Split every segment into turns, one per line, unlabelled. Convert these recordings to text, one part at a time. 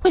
惠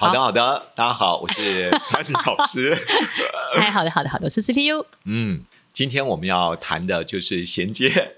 好的，好的，大家好，我 是餐宇老师。
哎，好的，好的，好的，我是 CPU。
嗯，今天我们要谈的就是衔接。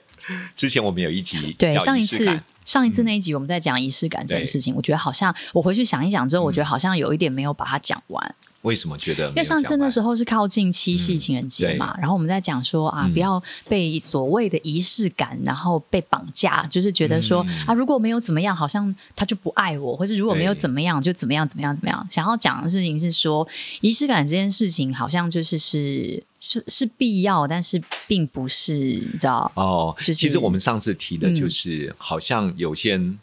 之前我们有一集
对，
叫
上
仪
一
式
次
感。
上一次那一集我们在讲仪式感这件事情，我觉得好像我回去想一想之后，我觉得好像有一点没有把它讲完，
为什么觉得没有
因为上次那时候是靠近七夕
嗯
情人节
对
嘛，然后我们在讲说啊，
嗯
不要被所谓的仪式感，然后被绑架，就是觉得说
嗯
啊，如果没有怎么样，好像他就不爱我，或是如果没有
对
怎么样，就怎么样怎么样怎么样。想要讲的事情是说，仪式感这件事情好像就是是是是必要，但是并不是你知道
哦，
就是
其实我们上次提的就
嗯
是，好像有些人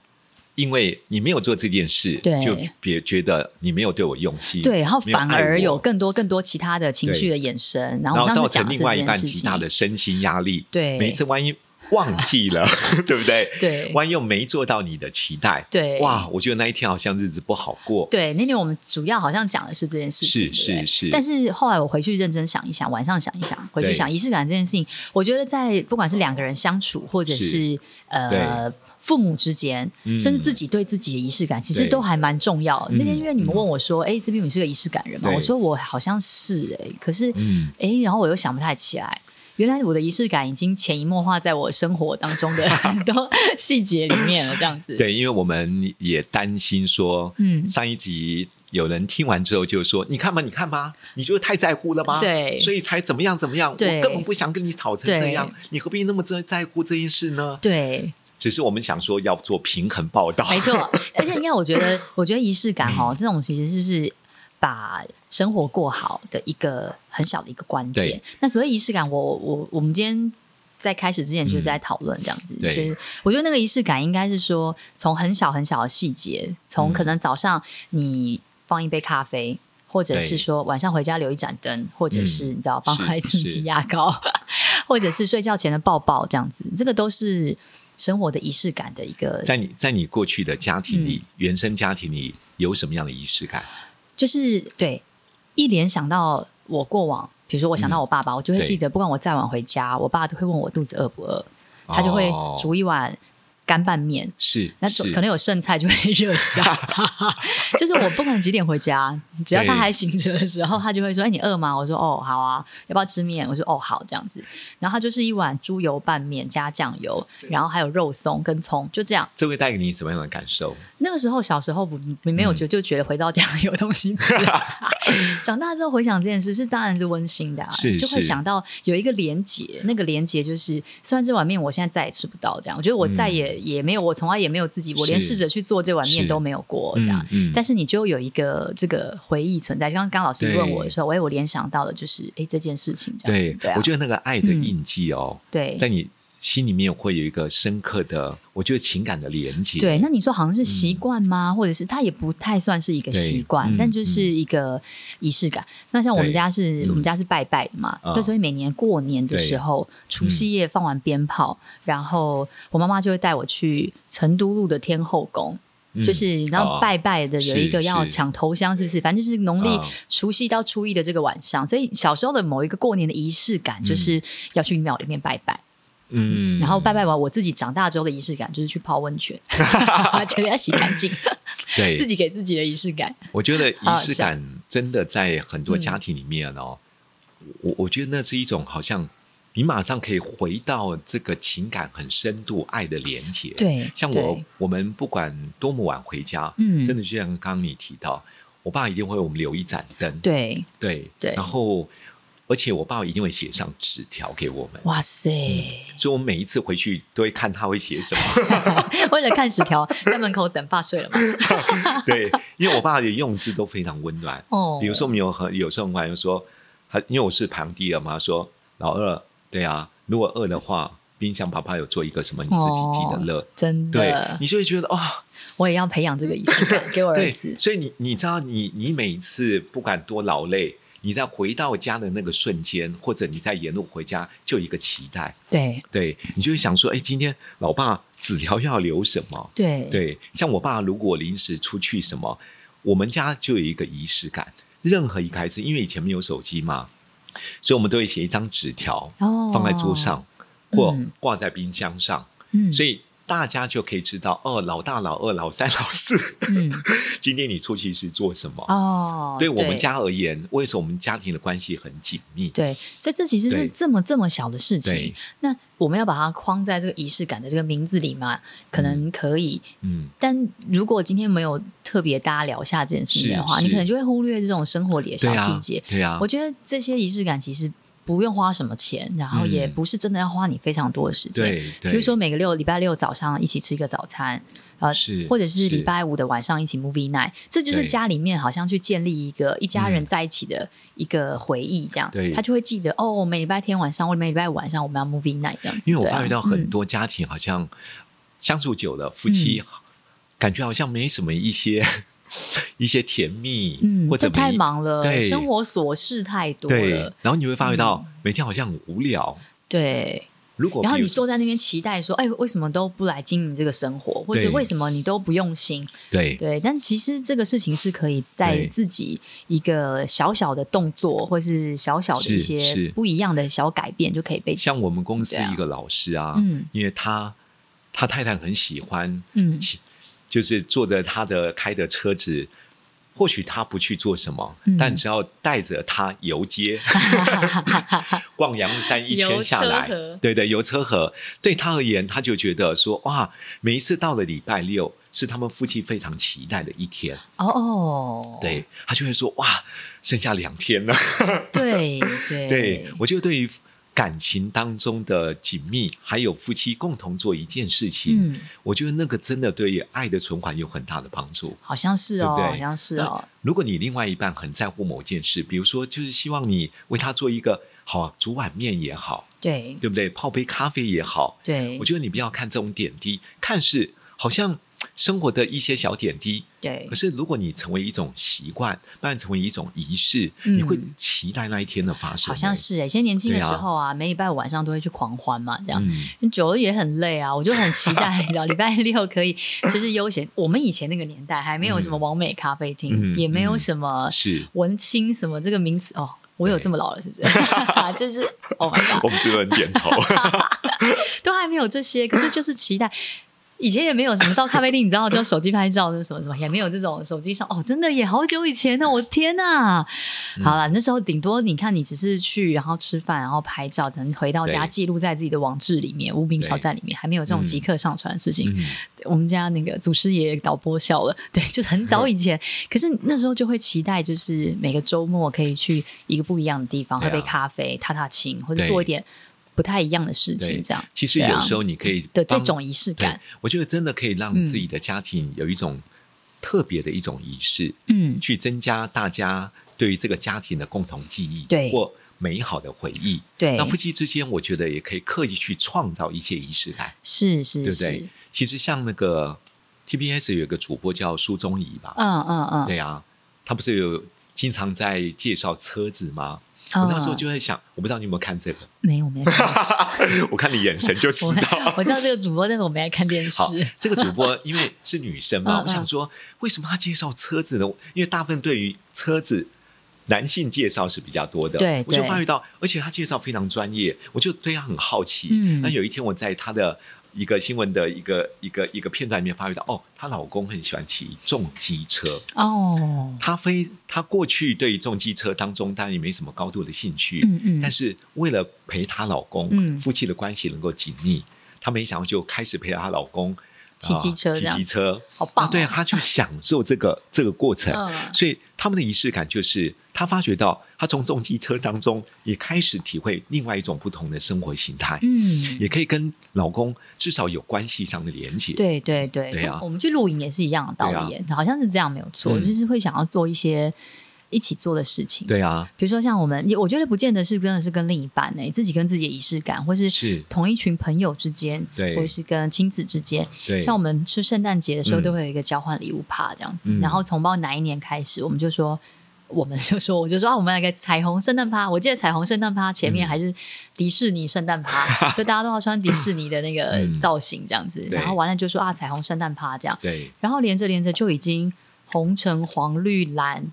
因为你没有做这件事，
对
就别觉得你没有对我用心，
对，然后
没有
反
爱
而有
我
更多更多其他的情绪的衍生，然
然
后
后
我
造
上次
成
讲的
另
是这
外一
件
半
事
极大的
情，
身心压力。
对
每一次万一忘 记了，对不对？
对
万一又没做到你的期待，
对
哇，我觉得那一天好像日子不好过。
对，那天我们主要好像讲的是这件事情，对
是
不对
是是
但是后来我回去认真想一想，晚上想一想，回去
对
想仪式感这件事情，我觉得在不管是两个人相处，或者是呃父母之间，
嗯
甚至自己对自己的仪式感，其实
对
都还蛮重要的。
嗯
那天因为你们问我说：“哎、这边你是个仪式感人吗？”
对
我说：“我好像是哎、可是
嗯
哎、然后我又想不太起来。”原来我的仪式感已经潜移默化在我生活当中的 很多细节里面了，这样子。
对，因为我们也担心说，
嗯
上一集。有人听完之后就说：“你看吧，你看吧，你就是太在乎了吧？
对
所以才怎么样怎么样。我
对
根本不想跟你吵成这
对
样，你何必那么在在乎这件事呢？
对，
只是我们想说要做平衡报道，
没错， 而且应该我觉得，我觉得仪式感哦，这种其实就是把生活过好的一个很小的一个关键
对。
那所谓仪式感，我我我们今天。在开始之前就在讨论这样子，
嗯对
就是我觉得那个仪式感应该是说从很小很小的细节，从
嗯
可能早上你放一杯咖啡，或者是
对
说晚上回家留一盏灯，或者是
嗯
你知道帮
是
孩子
是
挤牙膏， 或者是睡觉前的抱抱这样子，这个都是生活的仪式感的一个
在你在你过去的家庭里，
嗯
原生家庭里有什么样的仪式感？
就是对，一联想到我过往，比如说我想到我爸爸，我就会
嗯对
记得，不管我再晚回家，我爸都会问我肚子饿不饿，他就会
哦
煮一碗干拌面。
是，
那
是
可能有剩菜就会热 销， 就是我不管几点回家，只要他还醒着的时候，他就会说：“哎、你饿吗？”我说：“哦，好啊，要不要吃面？”我说：“哦，好。”这样子，然后他就是一碗猪油拌面加酱油，然后还有肉松跟葱，就这样。
这会带给你什么样的感受？
那个时候小时候不没没有
嗯
觉就觉得回到家有东西吃、啊 长大之后回想这件事是当然是温馨的、啊，
是
就会
是
想到有一个连结，那个连结就是虽然这碗面我现在再也吃不到，这样我觉得我再也、也没有，我从来也没有自己，我连
嗯是
试着去做这碗面
是
都没有过这样。
嗯嗯
但是你就有一个这个回忆存在，刚刚老师
对
问我的时候，哎，我联想到的就是哎这件事情这样
对，
子，对啊
我，觉得那个爱的印记哦，
对
在你心里面会有一个深刻的，我觉得情感的连接。
对，那你说好像是习惯吗？或者是它也不太算是一个
嗯对
习惯，
嗯
但就是一个仪式感。那像我们
对
家是
嗯
我们家是拜拜的嘛，
啊
对，所以每年过年的时候，除夕夜放完鞭炮，然后我妈妈就会带我去成都路的天后宫。
嗯
就是然后
哦
拜拜的有一个
是
要
是
抢头香，是不是？反正就是农历
啊
除夕到初一的这个晚上，所以小时候的某一个过年的仪式感，就是要去庙里面拜拜。
嗯
然后拜拜完，我自己长大之后的仪式感就是去泡温 泉，觉得要洗干净，
对
自己给自己的仪式感。
我觉得
好
仪式感真的在很多家庭里面哦，我我觉得那是一种好像你马上可以回到这个情感很深度爱的连接。，
对，
像我
对，
我们不管多么晚回家，
嗯
真的就像刚刚你提到，我爸一定会为我们留一盏灯，
对，
对
对
然后而且我爸一定会写上纸条给我们，
哇塞，
所以我每一次回去都会看他会写什么，嗯
为了看纸条，在门口等爸睡了嘛？
对，因为我爸的用字都非常温暖，
哦，
比如说，我们有很有时候玩，就说，他因为我是排行第二嘛，他说老二，对啊，如果饿的话，冰箱爸爸有做一个什么，你自己记得乐。
真
对
的，，
你就会觉得哇、
我也要培养这个仪式感给我儿
对
子，。
所以你你知道你，你每一次不管多劳累，你在回到家的那个瞬间，或者你在沿路回家，就有一个期待，
对
对你就会想说，哎，今天老爸纸条要留什么？
对
对，像我爸如果临时出去什么，我们家就有一个仪式感。任何一个孩子，因为以前没有手机嘛，所以我们都会写一张纸条
哦
放在桌上，或
嗯
挂在冰箱上，
嗯，
所
以
以大家就可以知道哦，老大、老二、老三、老四，
嗯
今天你出去是做什么？
哦，
对我们家而言，为什么我们家庭的关系很紧密？
对，所以这其实是
对
这么这么小的事情
对，
那我们要把它框在这个仪式感的这个名字里嘛，可能可以。
嗯，
但如果今天没有特别大家聊下这件事情的话，
是
你
是
可能就会忽略这种生活里的
对
小
啊
细节。
对啊
我，觉得这些仪式感其实不用花什么钱，然后也
嗯
不是真的要花你非常多的时间。
对对，
比如说每个六礼拜六早上一起吃一个早餐，呃，
是
或者是
是
礼拜五的晚上一起 movie night，这就是
对
家里面好像去建立一个一家人
嗯
在一起的一个回忆，这样，
对
他就会记得哦，每礼拜天晚上或每礼拜五晚上我们要 movie night 这样子。
因为我
对啊
发觉到很、多家庭好像相处久了，夫
嗯
妻感觉好像没什么一些一些甜蜜，
嗯，嗯，
或者
这太
没
忙了，
对
生活琐事太多
对
了，，
然后你会发觉到每天好像很无聊。
对。
如果
然后
比
你
如说
坐在那边期待说，哎，为什么都不来经营这个生活，或者
对
为什么你都不用心？
对
对，但其实这个事情是可以在
对
自己一个小小的动作，或是小小的一
是
些
是
不一样的小改变，就可以被
像我们公司
对啊
一个老师啊，
嗯
因为他他太太很喜欢，
嗯
骑，就是坐着他的开的车子。或许他不去做什么，
嗯
但只要带着他 游街，逛阳明山一圈下来
游车河，
对对，游车河对他而言，他就觉得说哇，每一次到了礼拜六是他们夫妻非常期待的一天，
哦，
对他就会说哇，剩下两天了，
对对
对，我觉得对于感情当中的紧密，还有夫妻共同做一件事情，
嗯，
我觉得那个真的对于爱的存款有很大的帮助。
好像是
对
哦，
不对？
好像是哦
那，如果你另外一半很在乎某件事，比如说就是希望你为他做一个好啊煮碗面也好，
对
对不对？泡杯咖啡也好，
对
我觉得你不要看这种点滴，看是好像生活的一些小点滴，
对
可，是如果你成为一种习惯，慢慢成为一种仪式，
嗯
你会期待那一天的发生。
好像是哎，现在年轻的
对
时
啊
候啊，每礼拜五晚上都会去狂欢嘛，这样。
嗯，
久了也很累啊，我就很期待，你知道，礼拜六可以就是悠闲。我们以前那个年代还没有什么
嗯
完美咖啡厅，
嗯
也没有
嗯
什么
是
文青什么这个名词哦。我有
对
这么老了是不 是？就是 Oh my god，
我们只有人 点头。
啊都还没有这些，可是就是期待。 以前也没有什么到咖啡厅，你知道，就手机拍照，那什么什么也没有这种手机上哦，真的也好久以前呢，我天呐！
嗯
好啦，那时候顶多你看，你只是去然后吃饭，然后拍照，等回到家
对
记录在自己的网志里面，无名小站里面，还没有这种
嗯
即刻上传的事情。
嗯
我们家那个祖师爷导播笑了， 对，就很早以前，可是那时候就会期待，就是每个周末可以去一个不一样的地方，
对
喝
啊
杯咖啡，踏踏青，或者
对
做一点不太一样的事情，
对
这样。
其实
对啊
有时候你可以
的这
帮
种仪式
对
感，，
我觉得真的可以让
嗯
自己的家庭有一种特别的一种仪式，
嗯，
去增加大家对于这个家庭的共同记忆，
对
或美好的回忆。
对
那，夫妻之间，我觉得也可以刻意去创造一些仪式感，
是是
对不
是，
对？其实像那个 TBS 有一个主播叫苏宗仪吧，
嗯嗯嗯，
对啊，他不是有经常在介绍车子吗？
嗯
我那时候就在想，我不知道你有没有看这个，
没有我没在看电视，
我看你眼神就 知
我
道。
我知道这个主播，但是我没在看电
好
视。，
这个主播因为是女生嘛，
嗯嗯
我想说为什么她介绍车子呢？因为大部分对于车子男性介绍是比较多的，
对
我就
对
发觉到，而且她介绍非常专业，我就对她很好奇。
嗯
那有一天我在她的一个新闻的一个一个一个片段里面发觉到，哦，她老公很喜欢骑重机车，
哦，
她非她过去对于重机车当中当然也没什么高度的兴趣，
嗯嗯
但是为了陪她老公，
嗯
夫妻的关系能够紧密，她没想到就开始陪她老公。
骑机车
啊
这
骑
样
机车，
好棒
啊对
哦
她去享受 这个这个过程，
嗯
所以他们的仪式感就是，她发觉到她从重机车当中也开始体会另外一种不同的生活形态，
嗯，
也可以跟老公至少有关系上的连接。
对对对，
对啊
我们去露营也是一样的道理耶，好像是这样没有错，
嗯
就是会想要做一些一起做的事情。
对啊，
比如说像我们，也我觉得不见得是真的是跟另一半呢、自己跟自己的仪式感，或
是
是同一群朋友之间，
对
或是跟亲子之间。
对，
像我们吃圣诞节的时候，
嗯
都会有一个交换礼物趴这样子，
嗯
然后从不知道哪一年开始，我们就说。我们就说，我就说啊，我们来个彩虹圣诞趴。我记得彩虹圣诞趴前
嗯
面还是迪士尼圣诞趴，就大家都要穿迪士尼的那个
嗯
造型这样子。
对
然后完了就说啊，彩虹圣诞趴这样。
对
然后连着连着就已经红橙黄绿蓝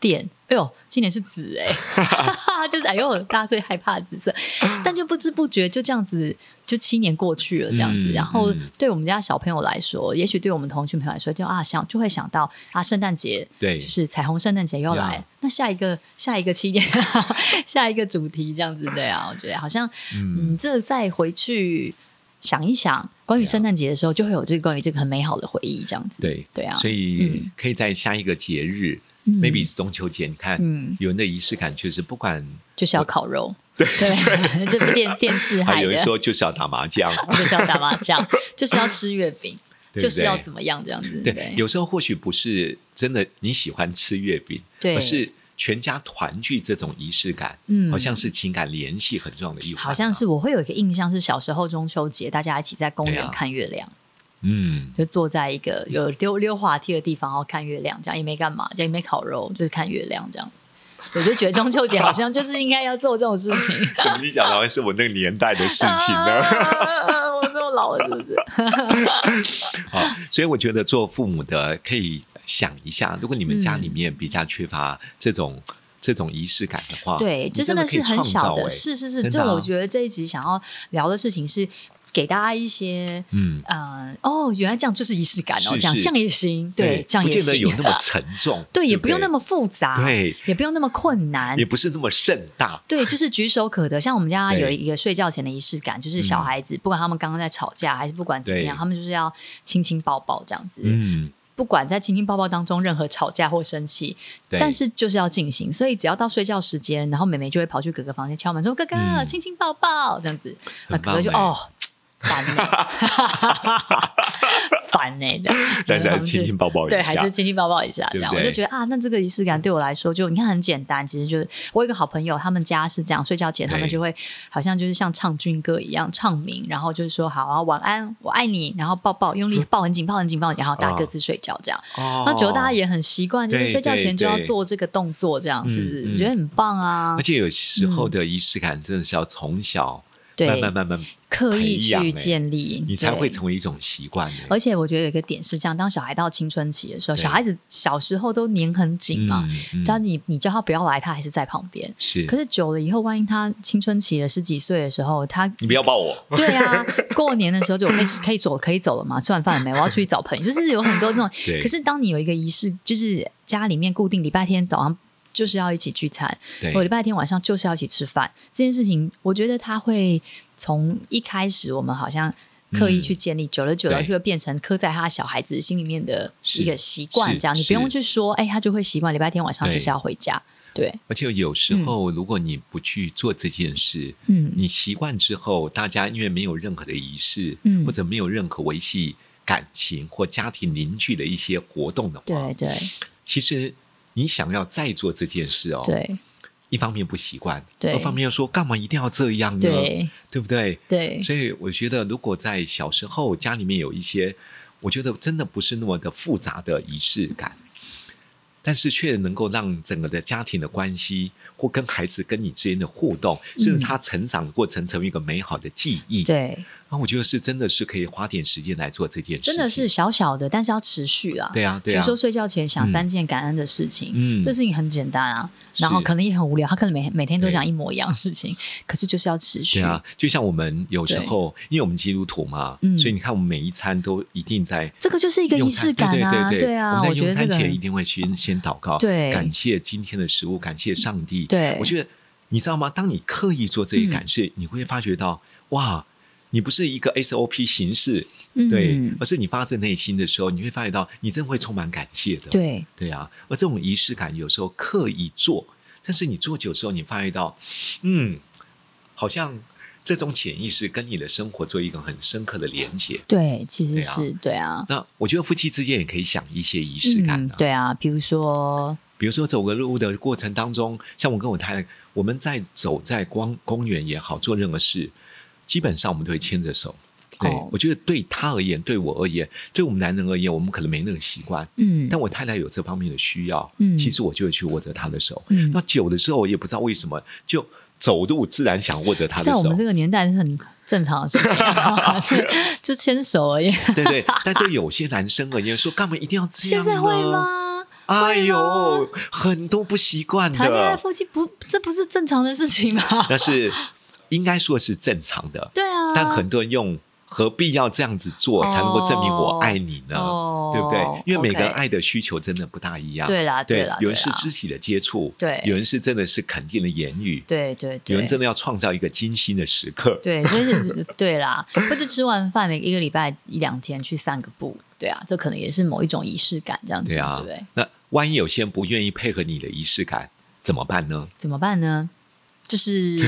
靛，哎呦，今年是紫 哎、 欸，就是哎呦，大家最害怕的紫色，
嗯
但就不知不觉就这样子，就七年过去了这样子。
嗯
然后
嗯
对我们家小朋友来说，也许对我们同群朋友来说，就啊想就会想到啊，圣诞节
对
就是彩虹圣诞节又来
呀
那下一个下一个七年， 下一个主题这样子，对啊，我觉得好像嗯，这再回去。想一想，关于
对啊
圣诞节的时候，就会有这个关于这个很美好的回忆，这样子。
对
对啊，
所以可以在下一个节日。maybe 是中秋节，你看，
嗯
有人的仪式感就是不管，
就是要烤肉， 对这不电电视
啊，
害
有
的
人，说就是要打麻 将，
就是要打麻将，就是要吃月饼，
对不
就
对
是要怎么样这样子，
对，有时候或许不是真的你喜欢吃月饼，
对
而是全家团聚这种仪式感，
嗯
好像是情感联系很重要的一环、
好像是，我会有一个印象是小时候中秋节大家一起在公
对
园
啊
看月亮，
嗯，
就坐在一个有溜溜滑梯的地方，然后看月亮，这样也没干嘛，这样也没烤肉，就是看月亮这样。我就觉得中秋节好像就是应该要做这种事情。
怎么你讲的好像是我那个年代的事情呢？
啊我这么老了是不是？
啊，所以我觉得做父母的可以想一下，如果你们家里面比较缺乏这种、这种仪式感的话，
嗯对，
你
这
真
真的是很小的，
事，
是是是。
真
就
的啊
我觉得这一集想要聊的事情是给大家一些，
嗯，
呃，哦，原来这样就是仪式感哦，
是
这样
是
这样也行，对，这样
不
也
见得
行，
有那么沉重，
对，也
不
不用那么复杂，
对，
也不用那么困难
也。不是那么盛大，
对，就是举手可得。像我们家有
对
一个睡觉前的仪式感，就是小
嗯
孩子，不管他们刚刚在吵架，还是不管怎么
对
样，他们就是要亲亲抱抱这样子。
嗯，
不管在亲亲抱抱当中任何吵架或生气，
对，
但是就是要进行，所以只要到睡觉时间，然后妹妹就会跑去哥哥房间敲门说：“哥哥，
嗯
亲亲抱抱。”这样子，那
很
哥
棒
哥就
欸
哦，烦 呢、烦呢、这样。
但是还
然后他
是
们
亲
就
亲抱抱一下，
对，还是亲亲抱抱一下这
对不
样，
对
我就觉得啊，那这个仪式感对我来说就，你看很简单，其实就是我有一个好朋友，他们家是这样，睡觉前
对
他们就会好像就是像唱军歌一样唱名，然后就是说好，然后晚安，我爱你，然后抱抱，用 力抱很紧，抱很紧，抱很紧，然后大家
啊
各自睡觉这样。
哦
那久了大家也很习惯，就是
对
睡觉前就要
对对
做这个动作，这样是不
嗯
是？
嗯
我觉得很棒啊
而！且有时候的仪式感真的是要从小
对
慢慢慢慢
刻意
培养
去
欸
建立，
你才
对
会成为一种习惯的。嗯
而且我觉得有一个点是这样，当小孩到青春期的时候，
对
小孩子小时候都黏很紧嘛，
嗯
但你你叫他不要来，他还是在旁边。
是，
可是久了以后，万一他青春期的十几岁的时候， 他
你不要抱我，
对啊，过年的时候就我可以可以走可以走了嘛，吃完饭了没？我要出去找朋友，就是有很多这种
对。
可是当你有一个仪式，就是家里面固定礼拜天早上就是要一起聚餐，
对
我礼拜天晚上就是要一起吃饭，这件事情，我觉得他会从一开始我们好像。刻意去建立，久了久了
嗯对
就会变成刻在他小孩子心里面的一个
是
习惯，
是
这样你
是
不用去说，哎，他就会习惯。礼拜天晚上就是
对
要回家，对，
而且有时候，如果你不去做这件事，
嗯
你习惯之后，大家因为没有任何的仪式，
嗯
或者没有任何维系感情或家庭凝聚的一些活动的话，
对，对，
其实你想要再做这件事哦，，
对，
一方面不习惯，
对
二方面又说干嘛一定要这样呢？
对，
对不对？
对，
所以我觉得，如果在小时候家里面有一些，我觉得真的不是那么的复杂的仪式感，但是却能够让整个的家庭的关系或跟孩子跟你之间的互动，甚至他成长的过程成为一个美好的记忆。
嗯对，
啊，我觉得是真的是可以花点时间来做这件事情，
真的是小小的，但是要持续啊。
对啊，
比
对
如
啊，
说睡觉前想三件感恩的事情，
嗯
这事情很简单啊，
是
然后可能也很无聊，他可能每每天都
对
讲一模一样的事情，可是就是要持续
对。啊，就像我们有时候，因为我们基督徒嘛，
嗯
所以你看我们每一餐都一定在
这个就是一个
用
仪
餐
式感啊，
对对对
对啊，
我
我
们在
觉
用
得这
餐
个
前
很
一定会先先祷告，
对
感谢今天的食物，感谢上帝。
对嗯
我觉得你知道吗？当你刻意做这一感谢，你会发觉到哇。你不是一个 SOP 形式，对，
嗯
而是你发自内心的时候，你会发觉到你真的会充满感谢的。
对
对啊，而这种仪式感有时候刻意做，但是你做久之后，你发觉到，嗯，好像这种潜意识跟你的生活做一个很深刻的连接。
对，其实
对啊
是对啊，
那我觉得夫妻之间也可以想一些仪式感、啊
嗯，对啊，比如说
比如说走个路的过程当中，像我跟我太太，我们在走在光公园也好，做任何事，基本上我们都会牵着手。对，
哦
我觉得对他而言，对我而言，对我们男人而言，我们可能没那个习惯，
嗯，
但我太太有这方面的需要，
嗯
其实我就会去握着她的手。
嗯
那久的时候，我也不知道为什么，就走路自然想握着她的
在我
手
们。这个年代是很正常的事情 啊，这就牵手而已。
对对，但对有些男生而言，说干嘛一定要这
现
样？
在会？吗？
哎呦，很多不习惯
谈恋爱
的，
夫妻不，这不是正常的事情吗？
但是应该说是正常 的。
对啊，
但很多人用何必要这样子做才能够证明我爱你呢？
哦
对不对？因为每个人
OK
爱的需求真的不大一样。
对啦
对
对啦
有人是
对啦
肢体的接触，
对
有人是真的是肯定的言语，
对对对，
有人真的要创造一个精心的时刻。
对，所以就是对啦，或者吃完饭每一个礼拜一两天去散个步，对啊，这可能也是某一种仪式感，这样子，
对啊
对不对？，
那万一有些人不愿意配合你的仪式感怎么办呢？
怎么办呢？就是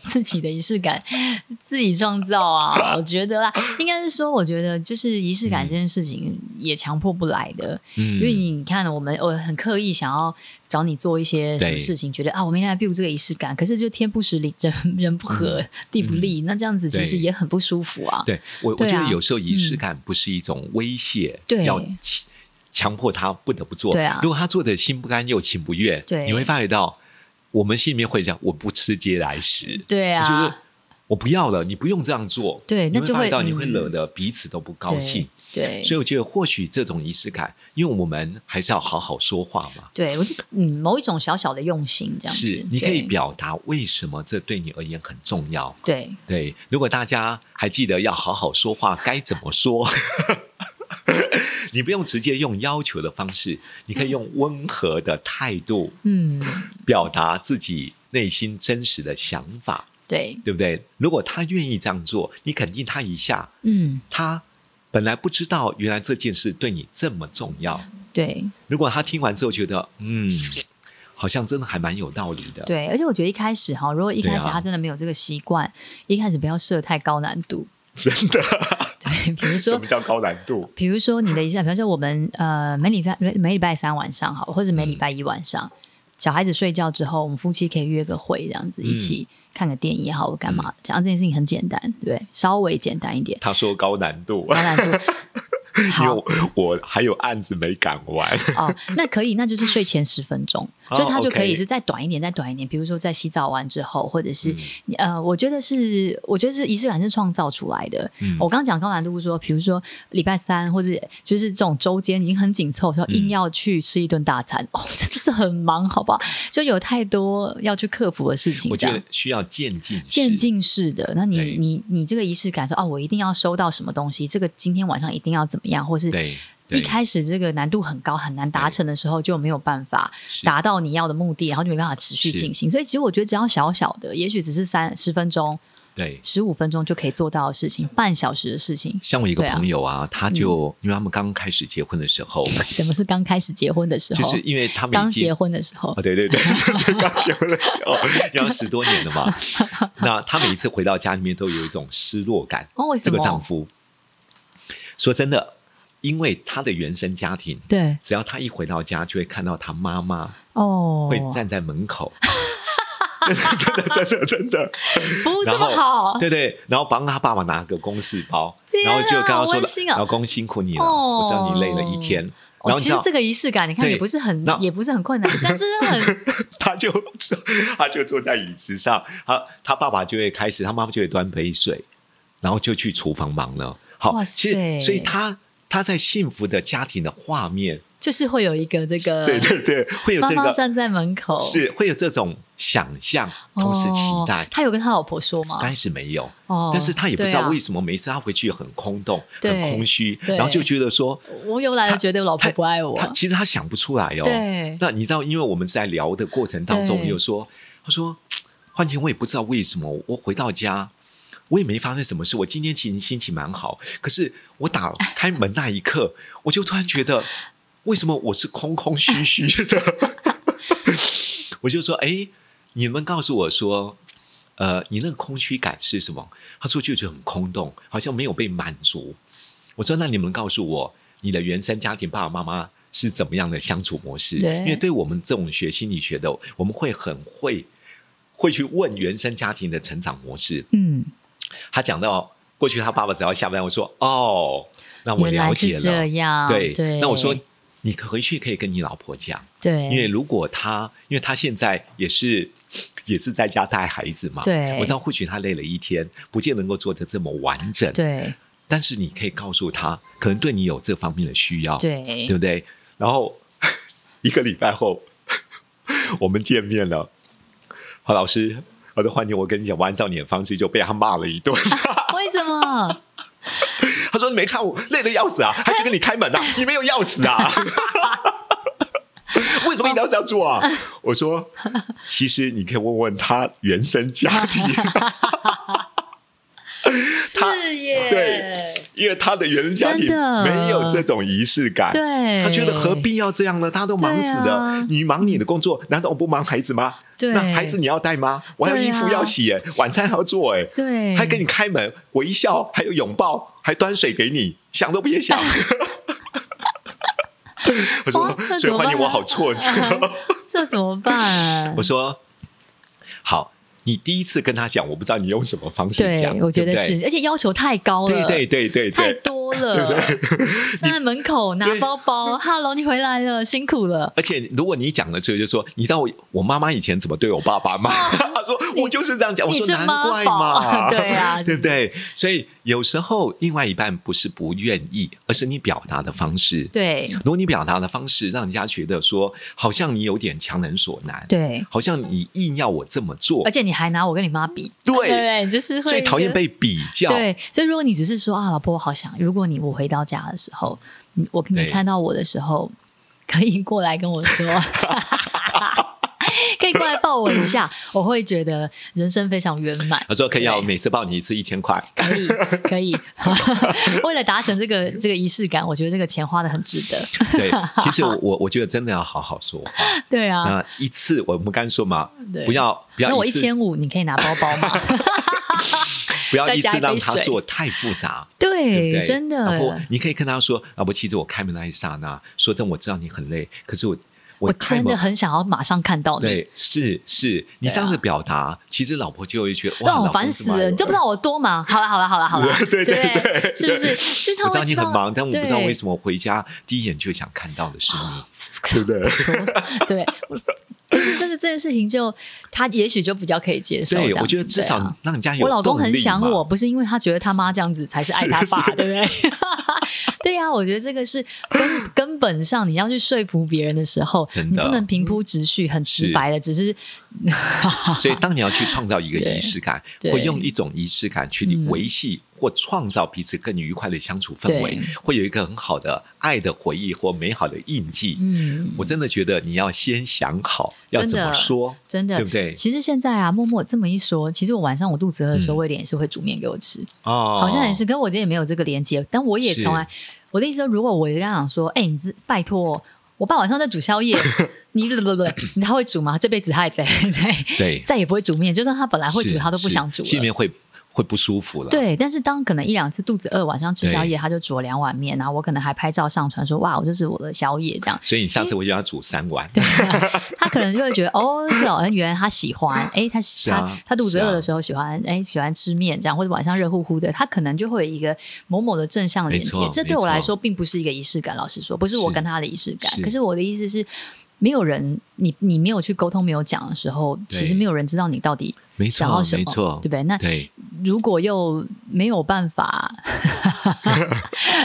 自己的仪式感， 自己创造 啊！我觉得啦，应该是说，我觉得就是仪式感这件事情也强迫不来的，
嗯，
因为你看，我们我很刻意想要找你做一些什么
对
事情，觉得啊，我们应该 build 这个仪式感，可是就天不时理，人人不和，地不利，那这样子其实
嗯对
也很不舒服啊。
对我，
对啊
我觉得有时候仪式感不是一种威胁，
对
要强强迫他不得不做。
对啊
如果他做的心不甘又情不愿，
对
你会发觉到我们心里面会讲我不吃嗟来食，
对啊，
就是我不要了，你不用这样做，
对
你
那
会
就
发
会
觉到你会
嗯
惹得彼此都不高
对
兴。
对，
所以我觉得或许这种仪式感，因为我们还是要好好说话嘛。
对我就嗯某一种小小的用心这样子，
是，你可以
对
表达为什么这对你而言很重要。
对
对，如果大家还记得要好好说话，该怎么说？ 你不用直接用要求的方式，你可以用温和的态度
嗯
表达自己内心真实的想法，
对
对不对？如果他愿意这样做，你肯定他一下，
嗯
他本来不知道原来这件事对你这么重要。
对嗯
如果他听完之后觉得，嗯，好像真的还蛮有道理的，
对，而且我觉得一开始哈，如果一开始
对啊
他真的没有这个习惯，一开始不要设太高难度，
真的。
对，比如
什
说
么。叫高难度？
比如说你的一下，比如说我们呃每礼拜每每礼拜三晚上好，
嗯
或者每礼拜一晚上，小孩子睡觉之后，我们夫妻可以约个会，这样
嗯
子一起看个电影也好，或干嘛的，讲这件事情很简单，对不对？稍微简单一点，
他说高难 度，
高难度。
因
好
为，我还有案子没赶完。
哦，那可以，那就是睡前十分钟，
哦
就它就可以
OK
是再短一点，再短一点。比如说在洗澡完之后，或者是、
嗯
呃，我觉得是，我觉得是仪式感是创造出来的。
嗯
我刚刚讲高难度是说，比如说礼拜三或者就是这种周间已经很紧凑的时候，
嗯
硬要去吃一顿大餐，哦， 真的是很忙，好不好？就有太多要去克服的事情，
我
这
觉
样
得。需要渐进式，
渐进式的，那你
对
你你这个仪式感说啊，我一定要收到什么东西，这个今天晚上一定要怎么样，或是
对对
一开始这个难度很高很难达成的时候，就没有办法
是
达到你要的目的，然后就没办法持续进行。所以其实我觉得只要小小的，也许只是三十分钟、
对。
十五分钟就可以做到的事情，半小时的事情。
像我一个
对啊
朋友啊，他就、因为他们刚开始结婚的时候，
什么是刚开始结婚的时候？
就是因为他们已
刚
经
结婚的时候
啊，，对 对对，就是刚结婚的时候，要十多年了嘛。那他每一次回到家里面都有一种失落感。
哦为什么
这个丈夫，说真的，因为他的原生家庭，
对
只要他一回到家，就会看到他妈妈
哦，
会站在门口。 真的真的真的 真的，
不
然
哦这
后
么好，
对对，然后帮他爸爸拿个公事包，
天啊
然后就跟他
好
说
温馨啊
老公辛苦你了，
哦
我知道你累了一天。然
哦，
后你
其
知
实
道，
这个仪式感，你看
对
也不是很
那，
也不是很困难，但是很
他就 他就坐在椅子上，他他爸爸就会开始，他妈妈就会端杯水，然后就去厨房忙了。好，
哇塞
其实所以他他在幸福的家庭的画面，
就是会有一个这个
对对对，会有
妈
这
妈
个
站在哦门口，
是会有这种想象，
哦
同时期待。
他有跟他老婆说吗
刚？开始没有，
哦
但是他也不知
对
道
啊
为什么每次他回去很空洞、
对
很空虚，
对
然后就觉得说
我又来了，觉得我老婆不爱我
他，其实他想不出来哦。
对
那你知道，因为我们在聊的过程当中，
对
有说，他说，幻天，我也不知道为什么，我回到家，我也没发生什么事，我今天其实心情蛮好，可是我打开门那一 刻，我就突然觉得，为什么我是空空虚虚的？ 我就说，哎，你们告诉我说。呃，你那个空虚感是什么？他说就觉得很空洞，好像没有被满足。我说：“那你们告诉我，你的原生家庭爸爸妈妈是怎么样的相处模式？
对
因为对我们这种学心理学的，我们会很会会去问原生家庭的成长模式。
嗯，
他讲到过去，他爸爸只要下班，我说哦，那我
原来
了解
是这
了。
样，
对，
对。
那我说你回去可以跟你老婆讲，
对，
因为如果他，因为他现在也是也是在家带孩子嘛，
对
我知道或许他累了一天，不见能够做的这么完整，
对
但是你可以告诉他，可能对你有这方面的需要，
对
对不对？然后一个礼拜后， 我们见面了。好，老师，我的幻听，我跟你讲，我按照你的方式就被他骂了一顿。
为什么？
他说：“你没看我累的要死
哎
啊，还去跟你开门啊，你没有钥匙啊， 为什么一定要这样做
哦
啊？”我说：“其实你可以问问他原生 家庭， 他
是耶，
对因为他的原生家庭
真的
没有这种仪式感，
对
他觉得何必要这样呢？大家都忙死
对
了，
啊
你忙你的工作，难道我不忙孩子吗？
对
那孩子你要带吗？我还有
对啊
衣服要洗、耶，晚餐还要做、耶，
对
还给你开门微笑，还有拥抱，还端水给你，想都别 想。
哇
我说
那，怎
所以
么
欢迎
办
我
啊嗯
好挫折。
这怎么办
我？说，好，你第一次跟他讲，我不知道你用什么方式
对
讲，，
我觉得
对不对
是，而且要求太高了，
对对对对
太
对。
多了，站在门口拿包包，Hello，你回来了，辛苦了。
而且如果你讲了之后，就说你知道我我妈妈以前怎么对我爸爸吗？ 他说我就是这样讲，我
啊你
说
这
难
妈
怪
宝
嘛，
对啊
对不对？所以有时候另外一半不是不愿意，而是你表达的方式。
对
如果你表达的方式让人家觉得说，好像你有点强人所难，，
对，
好像你硬要我这么做
而，且你还拿我跟你妈比，
对
对对，就是会
最讨厌被比较。
对，所以如果你只是说啊，老婆，我好想，如果你我回到家的时候，你我你
对
看到我的时候，可以过来跟我 说，可以过来抱我一下，我会觉得人生非常圆满。
他说可以啊要
对
每次抱你一次一 千块，
可以，可以。 为了达成这个这个仪式感，我觉得这个钱花的很值得。
对，其实我我觉得真的要好好说话。
对 啊，
那一次我们刚说嘛，
对
不要不
那
要
我
一
一
次
千五，你可以拿包包吗？
不要
再
一
加
次
一杯
让他
水
做太复杂，对
对
不对？
真
老婆
的，，
你可以跟他说：“老婆，其实我开门那一刹那，说真，我知道你很累，可是我
我
开
真
门
的很想要马上看到你。
对，是是，你这样的表达，其实老婆就会觉得哇，
啊让
老
我
公
烦
怎
死
么
了！你
有
知不 知道我多忙？好了，好了，好了，好了，
对对对对
是不是？就是 他
我知
会
道你很忙，但我不知道为
么。
什么回家第一眼就想看到的是
哦
你，对不对？
对， 我就是就是这件事情就，他也许就比较可以接受。
对
这，样
我觉得
子
至
对啊
少让人家有
我老公
动
很
力
想
嘛
我，，不是因为他觉得他妈这样子才是爱他爸，对不对？ 对呀、我觉得这个是根根本上，你要去说服别人的时候，
真
你
的
不能平铺直叙、很直
是
白的，只是
所以当你要去创造一个
对
仪式感，
对
会用一种仪式感去
嗯
维系或创造彼此更愉快的相处氛围
对，
会有一个很好的爱的回忆或美好的印记。
嗯，
我真的觉得你要先想好要
真
怎
的
么说，
真的
对不对？
其实现在啊，默默这么一说，其实我晚上我肚子饿的时候，
嗯
威廉也是会煮面给我吃，
哦
好像也是，跟我这也没有这个连接，但我也
是
从来，我的意思说，如果我跟他讲说，哎、你这拜托。我爸晚上在煮宵 夜，你不不不，你他会煮吗？这辈子他也在在
对
再也不会煮面，就算他本来会
是
煮，他都不
是
想煮了。
心里面会会不舒服了。，。
对，但是当可能一两次肚子饿，晚上吃宵夜，他就煮了两碗面，然后我可能还拍照上传说哇，我这是我的宵夜这样
所以你下次我就要煮三碗。
他可能就会觉得哦，是哦，原来他喜 欢，哎，他喜
啊
他他肚子
是啊
饿的时候喜欢，哎、喜欢吃面这样，或者晚上热乎乎的，他可能就会有一个某某的正向连接
没错。
这对我
没错
来说并不是一个仪式感，老实说，不是我
是
跟他的仪式感。
是
可是我的意思是。没有人，你你没有去沟通，没有讲的时候，其实
对
没有人知道你到底
没
想要
错，
什么，
没错，
对不对？那
对
如果又没有办 法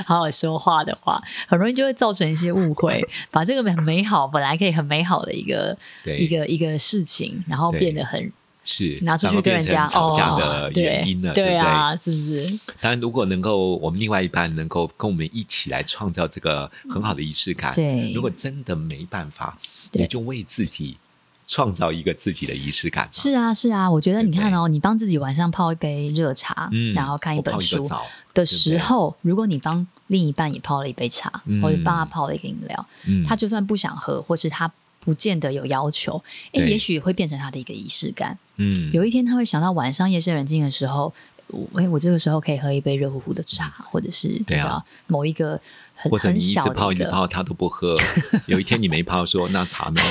好好说话的话，很容易就会造成一些误会，把这个很美好本来可以很美好的一个
对
一个一个事情，然后
对
变得很
是
拿出
然后
去跟
变
人家
成吵架
哦
的
对
原因了，
对
不对？
啊，是不是？
当然，如果能够我们另外一半能够跟我们一起来创造这个很好的仪式感，
嗯对
如果真的没办法，
对
你就为自己创造一个自己的仪式感吧。
是啊，是啊，我觉得你
对不
看哦，你帮自己晚上泡一杯热茶，
嗯
然后看一
我
本
泡个
书
澡
的时候，如果你帮另一半也泡了一杯茶，
嗯
或者帮他泡了一个饮料，
嗯，
他就算不想喝，或是他不见得有要求，诶，
对
也许会变成他的一个仪式感。
嗯
有一天他会想到晚上夜深人静的时候，我诶，我这个时候可以喝一杯热乎乎的茶，或者是你
对啊
知道某一个很
或者
很
你一
小
直
的
泡一直
个
泡，他都不喝。有一天你没泡，说那茶呢？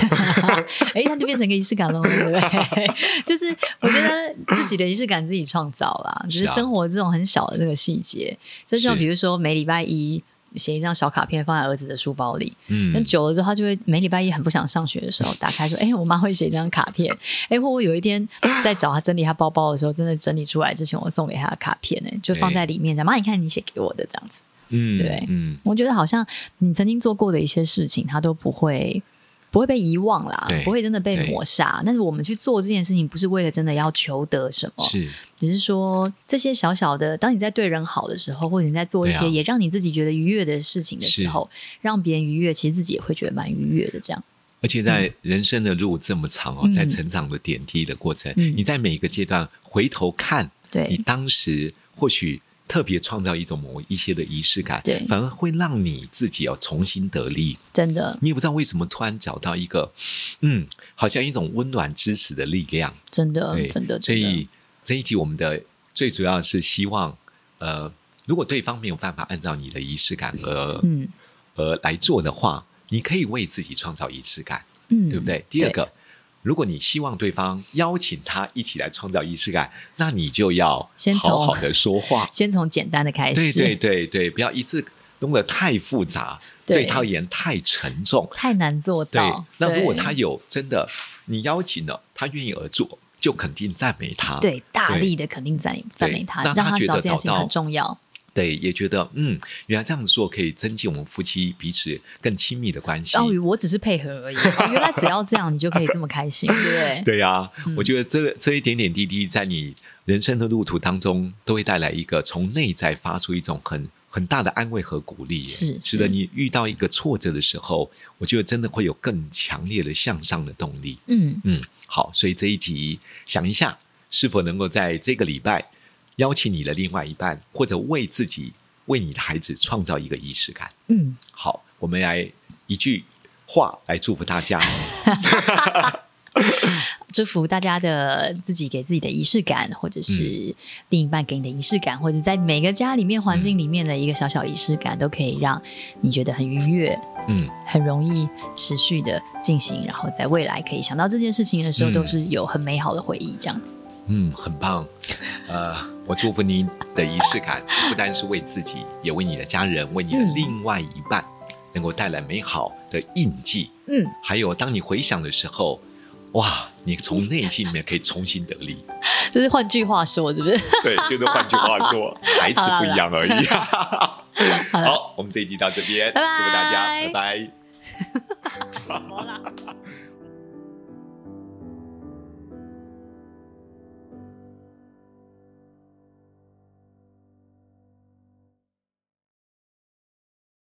哎，那就变成个仪式感喽，对不对？ 就是我觉得自己的仪式感自己创造啦，只是
是啊
生活这种很小的这个细节，就像
是
比如说每礼拜一。写一张小卡片放在儿子的书包里， 那
嗯，
久了之后，他就会每礼拜一很不想上学的时候，打开说：“哎、我妈会写一张卡片。哎，或我有一天在找他整理他包包的时候，真的整理出来之前，我送给他的卡片、哎，就放在里面，讲妈，你看你写给我的这样子。
嗯
对
嗯，
我觉得好像你曾经做过的一些事情，它都不会不会被遗忘啦
对，
不会真的被抹杀。但是我们去做这件事情，不是为了真的要求得什么，
是
只是说这些小小的，当你在对人好的时候，或者你在做一
对
些
啊
也让你自己觉得愉悦的事情的时
是
候，让别人愉悦，其实自己也会觉得蛮愉悦的。这样，
而且在人生的路这么长哦
嗯，
在成长的点滴的过程，
嗯
你在每一个阶段回头看，
对
你当时或许特别创造一种某一些的仪式感，
对
反而会让你自己哦重新得力。
真的，
你也不知道为什么突然找到一个，嗯，好像一种温暖支持的力量。
真的，
对，
嗯真的，
所
真的
以这一集我们的最主要是希望，呃，如果对方没有办法按照你的仪式感而、
嗯
而呃来做的话，你可以为自己创造仪式感。
嗯，
对不对？第二个，如果你希望对方邀请他一起来创造仪式感，那你就要
先从。
好好的说话
先从简单的开
对
始，
对对对，不要一次弄得太复杂，
对
对他而言太沉重。
太难做
对
到。，
那
对
如果他有真的你邀请了，他愿意而做，就肯定赞美他。
对大
对
力的肯定赞赞美他，
那
让
他
他
觉
找
得
这件
找
事情
到
很重要。
对，也觉得嗯，原来这样做可以增进我们夫妻彼此更亲密的关系。
哦，我只是配合而已。哦原来只要这样，你就可以这么开心，对不对？
对呀、
嗯
我觉得这这一点点滴滴，在你人生的路途当中，都会带来一个从内在发出一种很很大的安慰和鼓励耶。
是
使得
是
你遇到一个挫折的时候，我觉得真的会有更强烈的向上的动力。
嗯，
嗯，好，所以这一集想一下，是否能够在这个礼拜邀请你的另外一半，或者为自己、为你的孩子创造一个仪式感。
嗯，
好，我们来一句话来祝福大家。
祝福大家的自己给自己的仪式感，或者是另一半给你的仪式感，或者在每个家里面环境里面的一个小小仪式感，都可以让你觉得很愉悦，
嗯，
很容易持续的进行，然后在未来可以想到这件事情的时候，
嗯
都是有很美好的回忆。这样子，
嗯，很棒。呃，我祝福你的仪式感，不单是为自己，也为你的家人，为你的
嗯
另外一半，能够带来美好的印记。
嗯，
还有，当你回想的时候，哇，你从内心里面可以重新得力。
就是换句话说，是不是？
对，就是换句话 说，台词不一样而已。啊 好，我们这一集到这边，祝福大家，
拜
拜拜。
什么啦？